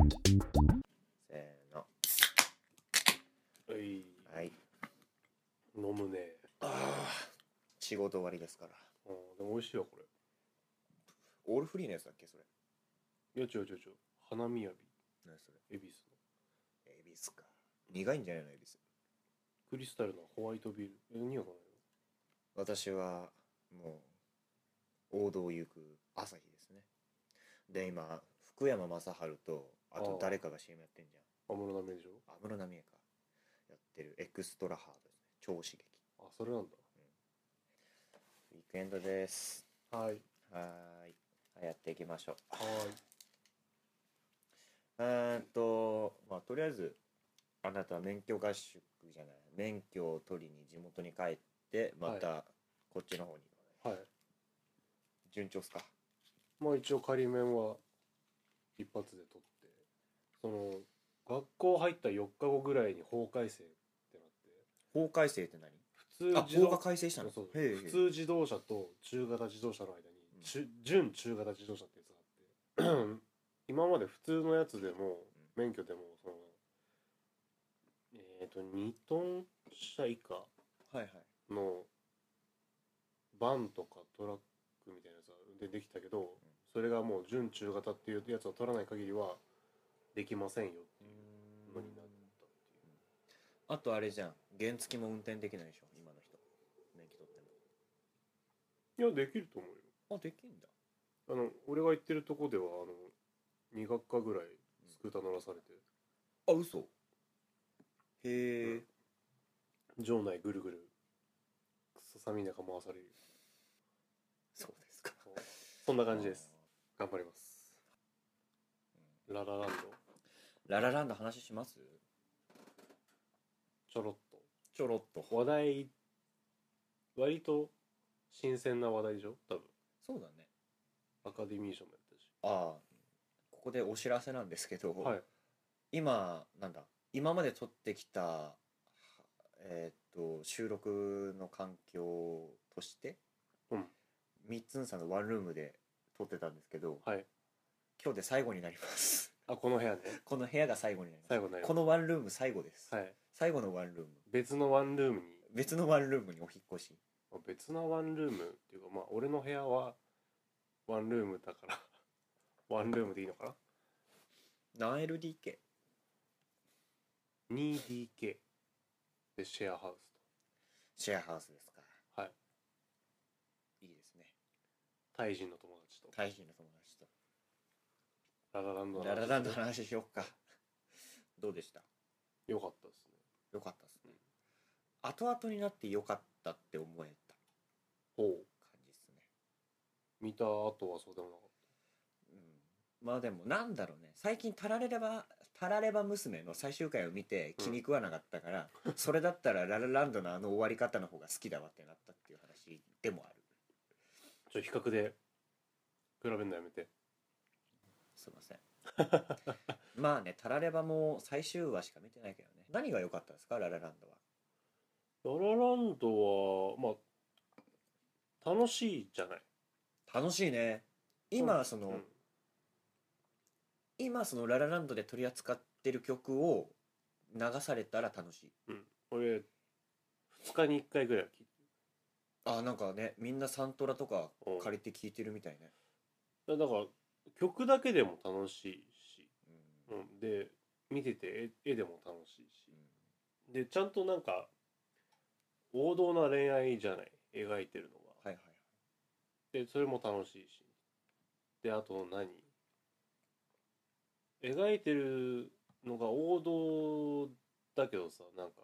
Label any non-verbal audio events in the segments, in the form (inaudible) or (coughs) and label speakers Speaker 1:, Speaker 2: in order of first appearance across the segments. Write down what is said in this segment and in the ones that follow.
Speaker 1: せーの
Speaker 2: うい
Speaker 1: はい
Speaker 2: 飲むね
Speaker 1: 仕事終わりですから
Speaker 2: うんでも美味しいわこれ
Speaker 1: オールフリーのやつだっけそれ
Speaker 2: いや違う違う違う花見や
Speaker 1: 何それ
Speaker 2: び恵比寿の
Speaker 1: エビスか苦いんじゃないのエビス
Speaker 2: クリスタルのホワイトビールえ匂いがない
Speaker 1: 私はもう王道を行く朝日ですねで今福山雅治とあ
Speaker 2: あ
Speaker 1: と
Speaker 2: あ
Speaker 1: 誰かが CM やってんじ
Speaker 2: の安室奈美恵でしょ
Speaker 1: ゃん安室奈美恵かやってるエクストラハードですね超刺激
Speaker 2: あそれなんだ
Speaker 1: ウィークエンドです
Speaker 2: はい
Speaker 1: はーいはいやっていきましょう
Speaker 2: は
Speaker 1: えーっとまあとりあえずあなたは免許合宿じゃない免許を取りに地元に帰ってまたこっちの方に、
Speaker 2: いはい
Speaker 1: 順調っすか
Speaker 2: まあ一応仮面は一発で取ってその学校入った4日後ぐらいに法改正ってなって
Speaker 1: 法改正って何
Speaker 2: 普
Speaker 1: あ
Speaker 2: 通
Speaker 1: 法が改正したの
Speaker 2: そうそう
Speaker 1: へえへえ
Speaker 2: 普通自動車と中型自動車の間
Speaker 1: うん
Speaker 2: に中準中型自動車ってやつがあって (clears throat) 今まで普通のやつでも免許でもそのえっ、と2トン車以下
Speaker 1: はいはい
Speaker 2: のバンとかトラックみたいなやつはでできたけど、それがもう準中型っていうやつを取らない限りはできませんよっていうのになったっていう
Speaker 1: あとあれじゃん原付も運転できないでしょ今の人免許取って
Speaker 2: いやできると思うよ
Speaker 1: もあできんだ
Speaker 2: あの俺が行ってるとこではあの2学科ぐらいスクーター乗らされて、
Speaker 1: あ嘘へえ
Speaker 2: 場内ぐるぐるクソ寒い中回されるよ
Speaker 1: そうですか
Speaker 2: そんな感じです頑張りますララランド
Speaker 1: ララランド話します
Speaker 2: ちょろっ
Speaker 1: ちょろっと
Speaker 2: と話題割と新鮮な話題でしょ多分
Speaker 1: そうだね
Speaker 2: アカデミー賞もやったし
Speaker 1: ああここでお知らせなんですけど、
Speaker 2: はい
Speaker 1: 今なんだ今まで撮ってきたはえーっと収録の環境として、
Speaker 2: うん
Speaker 1: みっつんさんのワンルームで撮ってたんですけど
Speaker 2: はい
Speaker 1: 今日で最後になります (laughs)
Speaker 2: あこの部屋ね
Speaker 1: この部屋が最後になります
Speaker 2: 最後になりま
Speaker 1: こ
Speaker 2: す
Speaker 1: のワンルーム最後です、
Speaker 2: はい
Speaker 1: 最後のワンルーム
Speaker 2: 別のワンルームに
Speaker 1: 別のワンルームにお引っ越し
Speaker 2: まあ別のワンルームっていうかまあ俺の部屋はワンルームだから (laughs) ワンルームでいいのかな
Speaker 1: 何 LDK
Speaker 2: 2DK でシェアハウス
Speaker 1: シェアハウスですか
Speaker 2: とはい
Speaker 1: いいですね
Speaker 2: タイ人の友達と
Speaker 1: タイ人の友達と
Speaker 2: ララランドの
Speaker 1: ラ
Speaker 2: 話
Speaker 1: ラランドの話しよっかどうでした
Speaker 2: よかったですね
Speaker 1: よかったですね、後々になってよかったって思えた
Speaker 2: ほう
Speaker 1: 感じですね
Speaker 2: 見た後はそうでもなかっ
Speaker 1: うんまあでもなんだろうね最近「タラレバタラレバ娘」の最終回を見て気に食わなかったから、それだったら「ララランド」のあの終わり方の方が好きだわってなったっていう話でもある
Speaker 2: たちょっと比較で比べるのやめて
Speaker 1: すいま (laughs) せんまあね「タラレバ」も最終話しか見てないけどね何が良かったですか「ララランドは」
Speaker 2: ララランドはまあ楽しいじゃない
Speaker 1: 楽しいね今その、
Speaker 2: うん
Speaker 1: 今その「ララランド」で取り扱ってる曲を流されたら楽しい
Speaker 2: うん俺2日に1回ぐらいは聞いて
Speaker 1: あなんかねみんなサントラとか
Speaker 2: うん
Speaker 1: 借りて聴いてるみたいね、
Speaker 2: だだから曲だけでも楽しいし、
Speaker 1: うん
Speaker 2: うん、で見てて絵絵でも楽しいしでちゃんとなんか王道な恋愛じゃない描いてるのは、
Speaker 1: はいはい
Speaker 2: でそれも楽しいしであと何描いてるのが王道だけどさなんか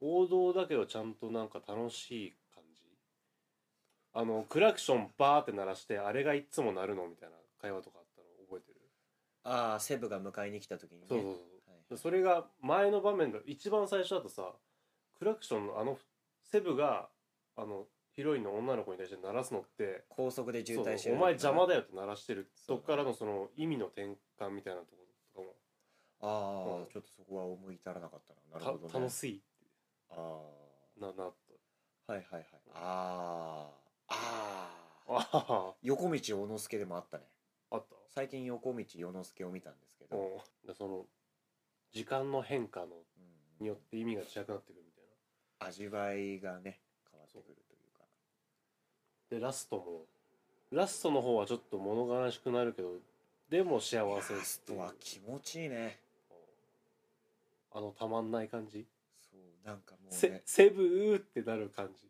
Speaker 2: 王道だけどちゃんとなんか楽しい感じあのクラクションバーって鳴らしてあれがいっつも鳴るのみたいな会話とかあったの覚えてる
Speaker 1: ああセブが迎えに来た時にね
Speaker 2: そうそうそ
Speaker 1: は
Speaker 2: う
Speaker 1: い
Speaker 2: でそれが前の場面が一番最初だとさクラクションのあのセブがあのヒロインの女の子に対して鳴らすのって
Speaker 1: 高速で渋
Speaker 2: そう
Speaker 1: 滞してる
Speaker 2: お前
Speaker 1: 時か
Speaker 2: 邪
Speaker 1: ら
Speaker 2: 魔だよって鳴らしてる
Speaker 1: そ
Speaker 2: と
Speaker 1: うだね
Speaker 2: こからのその意味の転換みたいなとことかも
Speaker 1: ああ、
Speaker 2: うん
Speaker 1: ちょっとそこは思い至らなかったななるほど、ね、
Speaker 2: た楽しい
Speaker 1: ああ
Speaker 2: ななと
Speaker 1: はいはいはいあーあー
Speaker 2: あはは
Speaker 1: 横道世之助でもあったね
Speaker 2: あった
Speaker 1: 最近横道世之助を見たんですけど、
Speaker 2: でその時間の変化の
Speaker 1: うん
Speaker 2: によって意味が違くなってくるみたい
Speaker 1: 味わいがね変わってくるというか
Speaker 2: なでラストもラストの方はちょっと物悲しくなるけどでも幸せ
Speaker 1: ラ
Speaker 2: っ
Speaker 1: ス
Speaker 2: てい
Speaker 1: ト
Speaker 2: う
Speaker 1: は気持ちいいね
Speaker 2: あのたまんない感じ、
Speaker 1: そうなんかもう
Speaker 2: セ
Speaker 1: ね
Speaker 2: セブーってなる感じ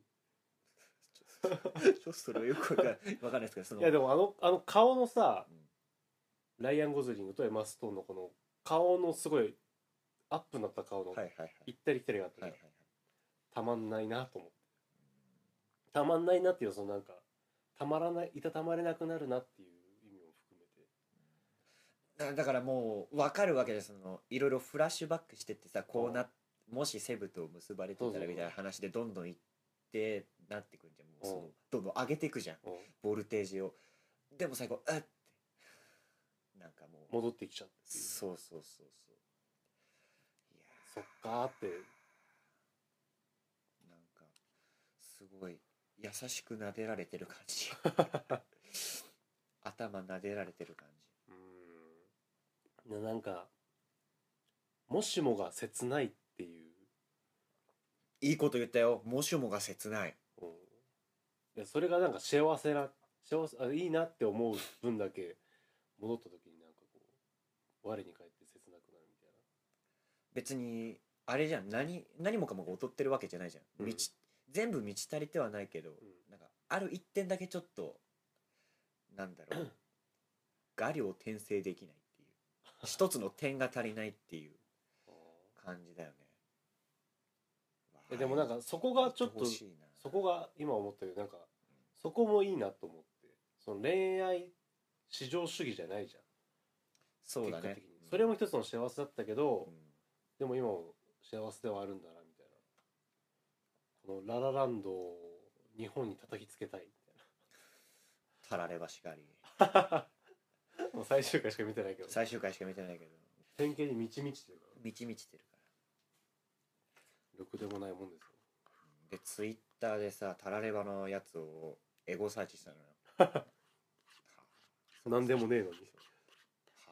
Speaker 1: ちょっとちょ (laughs) っとそれはよくわかんないわかんないですけどその
Speaker 2: いやでもあのあの顔のさ、
Speaker 1: うん
Speaker 2: ライアン・ゴズリングとエマ・ストーンのこの顔のすごいアップになった顔の、
Speaker 1: はいはいはい
Speaker 2: 行ったり来たりがあったじゃ
Speaker 1: は
Speaker 2: ん
Speaker 1: いはいはい
Speaker 2: たまんないなと思ってたまんないなっていうそのなんかたまらないいたたまれなくなるなっていう意味も含めて
Speaker 1: だだからもう分かるわけですそのいろいろフラッシュバックしてってさこうなもしセブと結ばれて
Speaker 2: そう
Speaker 1: た
Speaker 2: そ
Speaker 1: ら
Speaker 2: うそう
Speaker 1: みたいな話でどんどんいってなってくんじゃんもうそ
Speaker 2: うん
Speaker 1: のどんどん上げていくじゃん
Speaker 2: うん
Speaker 1: ボルテージをでも最後「あっ」てなんかもう
Speaker 2: 戻ってきちゃうっていう
Speaker 1: そうそうそうそういや
Speaker 2: そっかーって
Speaker 1: ーなんかすごい優しく撫でられてる感
Speaker 2: (laughs)
Speaker 1: じ頭撫でられてる感じ
Speaker 2: うーんななんかもしもが切ないっていう、
Speaker 1: いいこと言ったよもしもが切ない
Speaker 2: うんいやそれがなんか幸せな幸せあいいなって思う分だけ戻った時になんかこう我に返って切なくなるみたいな
Speaker 1: 別にあれじゃん何何もかもが劣ってるわけじゃないじゃん、
Speaker 2: うん
Speaker 1: 満ち全部満ち足りてはないけど、
Speaker 2: ん
Speaker 1: なんかある一点だけちょっとなんだ
Speaker 2: (coughs)
Speaker 1: ろう画量転生できないっていう一つの点が足りないっていう感じだよね
Speaker 2: えでもなんかそこがちょっと
Speaker 1: 欲しいな
Speaker 2: そこが今思ったけどなんかそこもいいなと思ってその恋愛至上主義じゃないじゃん
Speaker 1: そうだ
Speaker 2: 結果
Speaker 1: ね
Speaker 2: 的にそれ
Speaker 1: も、
Speaker 2: も一つの幸せだったけど、
Speaker 1: うん
Speaker 2: でも今も幸せではあるんだなみたいなこの「ララランド」を日本に叩きつけたいみ
Speaker 1: たらればしかり
Speaker 2: たいな (laughs) もう最終回しか見てないけど
Speaker 1: 最終回しか見てないけど
Speaker 2: 典型に満ち満ちてるから
Speaker 1: 満ち満ちてるから
Speaker 2: ろくでもないもんですよ
Speaker 1: でツイッターでさタラレバのやつをエゴサーチした (laughs) のよはあ
Speaker 2: なんでもねえのに
Speaker 1: は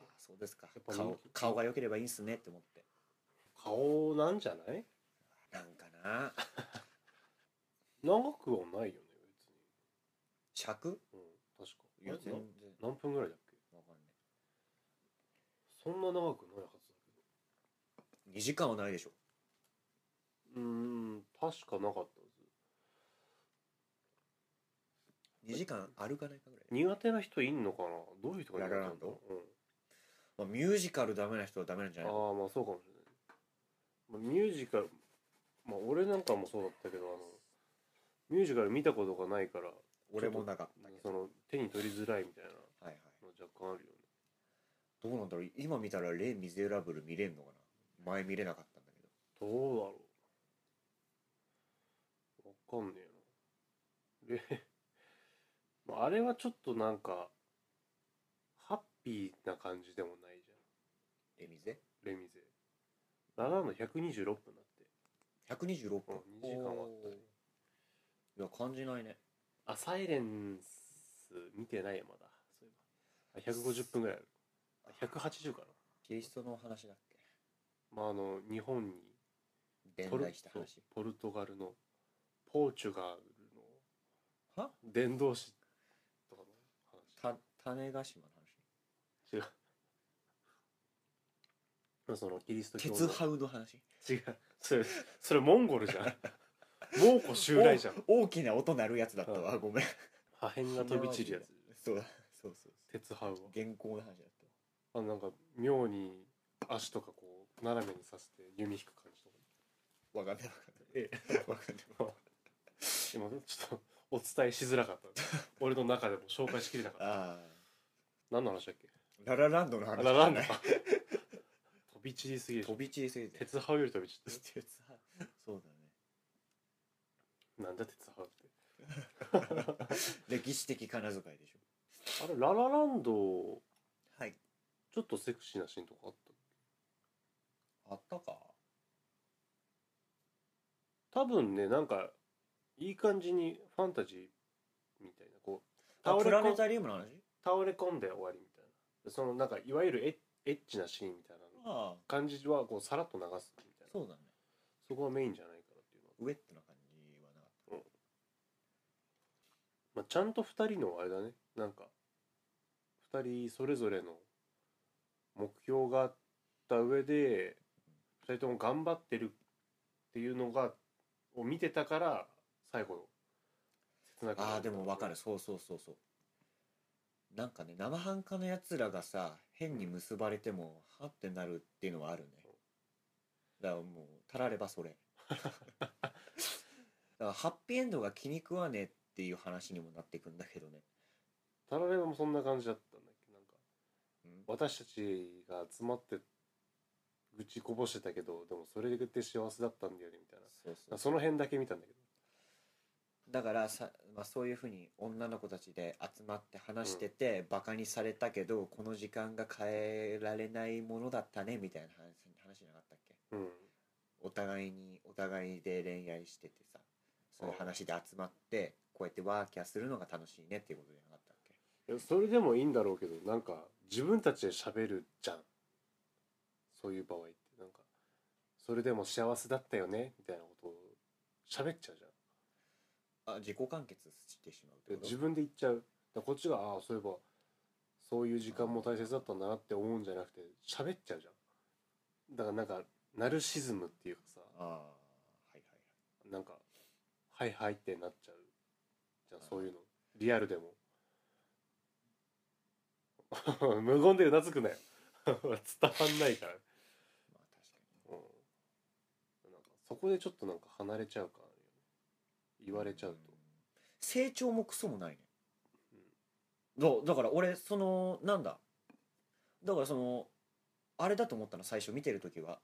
Speaker 1: あそうですか
Speaker 2: やっぱ人気
Speaker 1: 顔顔が良ければいいんすねって思って
Speaker 2: 顔なんじゃない
Speaker 1: なんかな
Speaker 2: 長くはないよね
Speaker 1: 尺
Speaker 2: 別に
Speaker 1: いや
Speaker 2: うん確かあれ
Speaker 1: 全然
Speaker 2: な何分ぐらいだっけ
Speaker 1: わかん
Speaker 2: そんな長くないはずだけど
Speaker 1: ない2時間はないでしょ
Speaker 2: うーん確かなかったは
Speaker 1: 2時間あるかないかぐらい
Speaker 2: ず、苦手な人いんのかなどういう人が苦手な
Speaker 1: ラララ
Speaker 2: の
Speaker 1: ンド
Speaker 2: うん、
Speaker 1: まあ、ミュージカルダメな人はダメなんじゃない
Speaker 2: ああまあそうかもしれない、まあ、ミュージカルまあ俺なんかもそうだったけどあのミュージカル見たことがないから
Speaker 1: 俺もなかったけど
Speaker 2: その手に取りづらいみたいな
Speaker 1: はいはい
Speaker 2: の若干あるよね
Speaker 1: どうなんだろう今見たら「レ・ミゼラブル」見れんのかな前見れなかったんだけど
Speaker 2: どうだろうわかんねえなで、 (laughs) まあ、あれはちょっとなんかハッピーな感じでもないじゃん
Speaker 1: レ・ミゼ
Speaker 2: レミゼラランド126分だって
Speaker 1: 126分、
Speaker 2: うん2時間はあった
Speaker 1: お
Speaker 2: ね
Speaker 1: ーいや感じないね
Speaker 2: あサイレンス見てないよまだそういえばあ150分ぐらいあるあ180か
Speaker 1: キリストの話だっけ
Speaker 2: なまああの日本に
Speaker 1: 伝
Speaker 2: ポル
Speaker 1: 来した話
Speaker 2: ポルトガルのポーチュガル
Speaker 1: は
Speaker 2: の伝道師とかの話
Speaker 1: た種子島の
Speaker 2: 違うそのキリスト
Speaker 1: 話
Speaker 2: 教の
Speaker 1: 鉄ハウの話
Speaker 2: 違うそれそれモンゴルじ
Speaker 1: (laughs)
Speaker 2: ゃん蒙古襲来じゃん
Speaker 1: お大きな音鳴るやつだったわ、
Speaker 2: う
Speaker 1: ごめん (laughs)
Speaker 2: 破片が飛び散るやつ
Speaker 1: そうだそうそう
Speaker 2: 鉄ハウは
Speaker 1: 原稿の話だった
Speaker 2: あのなんか妙に足とかこう斜めにさせて弓引く感じとか
Speaker 1: わかんない
Speaker 2: え
Speaker 1: わかんない
Speaker 2: 今ちょっとお伝えしづら
Speaker 1: (laughs)
Speaker 2: かった俺の中でも紹介しきれなかった
Speaker 1: ああ
Speaker 2: 何の話だっけ
Speaker 1: ララランドの
Speaker 2: あ
Speaker 1: 話
Speaker 2: らなんだ飛び散りすぎる
Speaker 1: 飛び散りすぎて
Speaker 2: 鉄ハウより飛び散って
Speaker 1: 鉄ハウそう
Speaker 2: るなんだ鉄ハウって
Speaker 1: だね (laughs) 歴史的金遣いでしょ
Speaker 2: あれララランド
Speaker 1: はい
Speaker 2: ちょっとセクシーなシーンとかあっ
Speaker 1: あったか
Speaker 2: た多分ねなんかいい感じにファンタジーみたいなこう
Speaker 1: あ
Speaker 2: 倒
Speaker 1: プ
Speaker 2: れ
Speaker 1: ラ
Speaker 2: こ
Speaker 1: ネタリウムの話
Speaker 2: 倒れ込んで終わりみたいなそのなんかいわゆるエッエッチなシーンみたいなの
Speaker 1: ああ
Speaker 2: 感じはこうさらっと流すみたいな
Speaker 1: そうだね
Speaker 2: そこがメインじゃないかなっていうのは、
Speaker 1: ウェットな感じはなかっ
Speaker 2: まあ、ちゃんと2人のあれだねなんか2人それぞれの目標があった上で2人とも頑張ってるっていうのがを見てたから最後切なく
Speaker 1: た
Speaker 2: なる
Speaker 1: ああでも分かるそうそうそうそうなんかね生半可のやつらがさ変に結ばれてもはってなるっていうのはあるねだからもうたらればそ (laughs) れだからハッピーエンドが気に食わねえっていう話にもなっていくんだけどね、
Speaker 2: タラレバもそんな感じだったんだっけなんか
Speaker 1: うん
Speaker 2: 私たちが集まって愚痴こぼしてたけどでもそれで幸せだったんだよねみたい
Speaker 1: そうそ
Speaker 2: な
Speaker 1: う
Speaker 2: その辺だけ見たんだけど
Speaker 1: だからさ、まあ、そういうふうに女の子たちで集まって話してて、バカにされたけどこの時間が変えられないものだったねみたいな話話なかったっけ
Speaker 2: うん
Speaker 1: お互いにお互いで恋愛しててさそういう話で集まってこうやってワーキャーするのが楽しいねっていうことじゃなかったっけ
Speaker 2: いやそれでもいいんだろうけどなんか自分たちで喋るじゃんそういう場合ってなんかそれでも幸せだったよねみたいなことを喋っちゃうじゃ
Speaker 1: あ自己完結してしまうって
Speaker 2: んで
Speaker 1: こと
Speaker 2: 自分で言っちゃうだからこっちがああそういえばそういう時間も大切だったんだなって思うんじゃなくて喋っちゃうじゃんだからなんかナルシズムっていうかさ
Speaker 1: ああはいはいはい
Speaker 2: なんか「はいはい」ってなっちゃうじゃあ
Speaker 1: はい
Speaker 2: そういうのリアルでも (laughs) 無言でうなずくなよ (laughs) 伝わんないから、
Speaker 1: まあ確か
Speaker 2: うん、なんかそこでちょっとなんか離れちゃうから、ね、
Speaker 1: に
Speaker 2: 言われちゃうと
Speaker 1: ん成長もクソもないね
Speaker 2: うん
Speaker 1: どうだから俺そのなんだだからそのあれだと思ったの最初見てる時は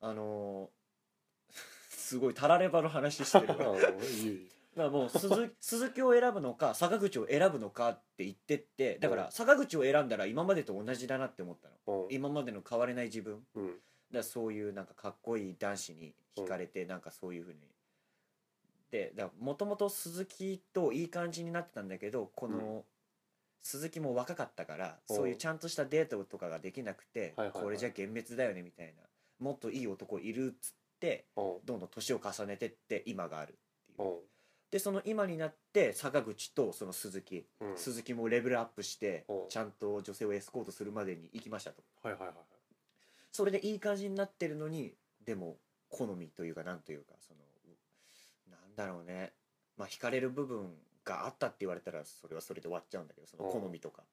Speaker 1: あのー (laughs) すごいたらればの話してるわだか
Speaker 2: あいいいい
Speaker 1: らもう鈴 (laughs) 鈴木を選ぶのか坂口を選ぶのかって言ってってだか
Speaker 2: う
Speaker 1: ら坂口を選んだら今までと同じだなって思ったの
Speaker 2: うん
Speaker 1: 今までの変われない自分だか
Speaker 2: うん
Speaker 1: らそういうなんかかっこいい男子に惹かれてなんかそういうふうにでだからもともと鈴木といい感じになってたんだけどこの、
Speaker 2: うん
Speaker 1: 鈴木も若かったから
Speaker 2: うん
Speaker 1: そういうちゃんとしたデートとかができなくて、
Speaker 2: はいはいはい
Speaker 1: これじゃ幻滅だよねみたいなもっといい男いるっつって
Speaker 2: うん
Speaker 1: どんどん年を重ねてって今があるって
Speaker 2: う
Speaker 1: いうんでその今になって坂口とその鈴木、
Speaker 2: うん
Speaker 1: 鈴木もレベルアップして
Speaker 2: うん
Speaker 1: ちゃんと女性をエスコートするまでに行きましたと
Speaker 2: はいはいはいはい
Speaker 1: それでいい感じになってるのにでも好みというかなんというかそのなんだろうねまあ惹かれる部分があったって言われたらそれはそれで終わっちゃうんだけどその好みとか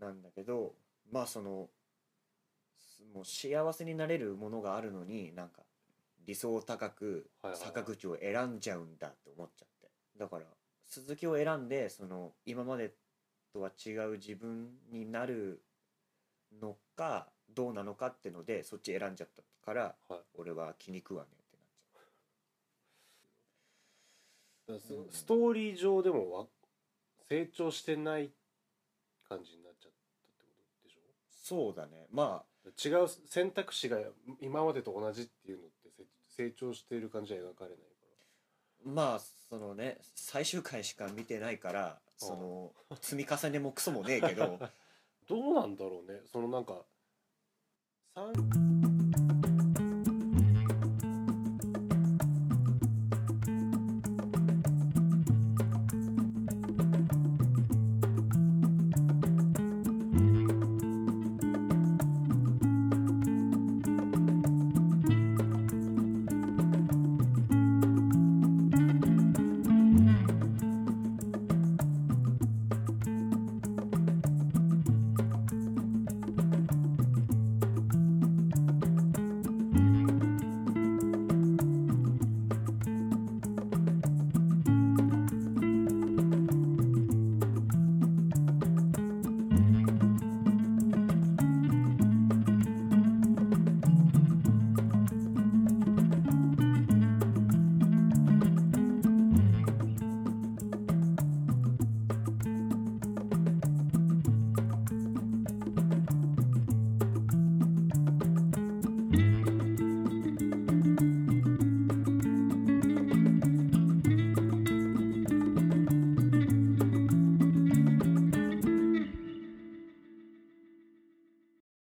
Speaker 1: なんだけどまあそのすもう幸せになれるものがあるのになんか理想を高く
Speaker 2: はいはいはい
Speaker 1: 坂口を選んじゃうんだって思っちゃってだから鈴木を選んでその今までとは違う自分になるのかどうなのかってのでそっち選んじゃったから、
Speaker 2: はい
Speaker 1: 俺は気に食わねえってなっちゃ
Speaker 2: うんだから
Speaker 1: うん
Speaker 2: スストーリー上でもわ成長してない感じになっちゃったってことでしょ
Speaker 1: うそうだねまあ
Speaker 2: 違う選択肢が今までと同じっていうのってせ成長している感じは描かれないか
Speaker 1: まあそのね最終回しか見てないからその積み重ねもクソもねえけど
Speaker 2: らどうなんだろうねそのなんか三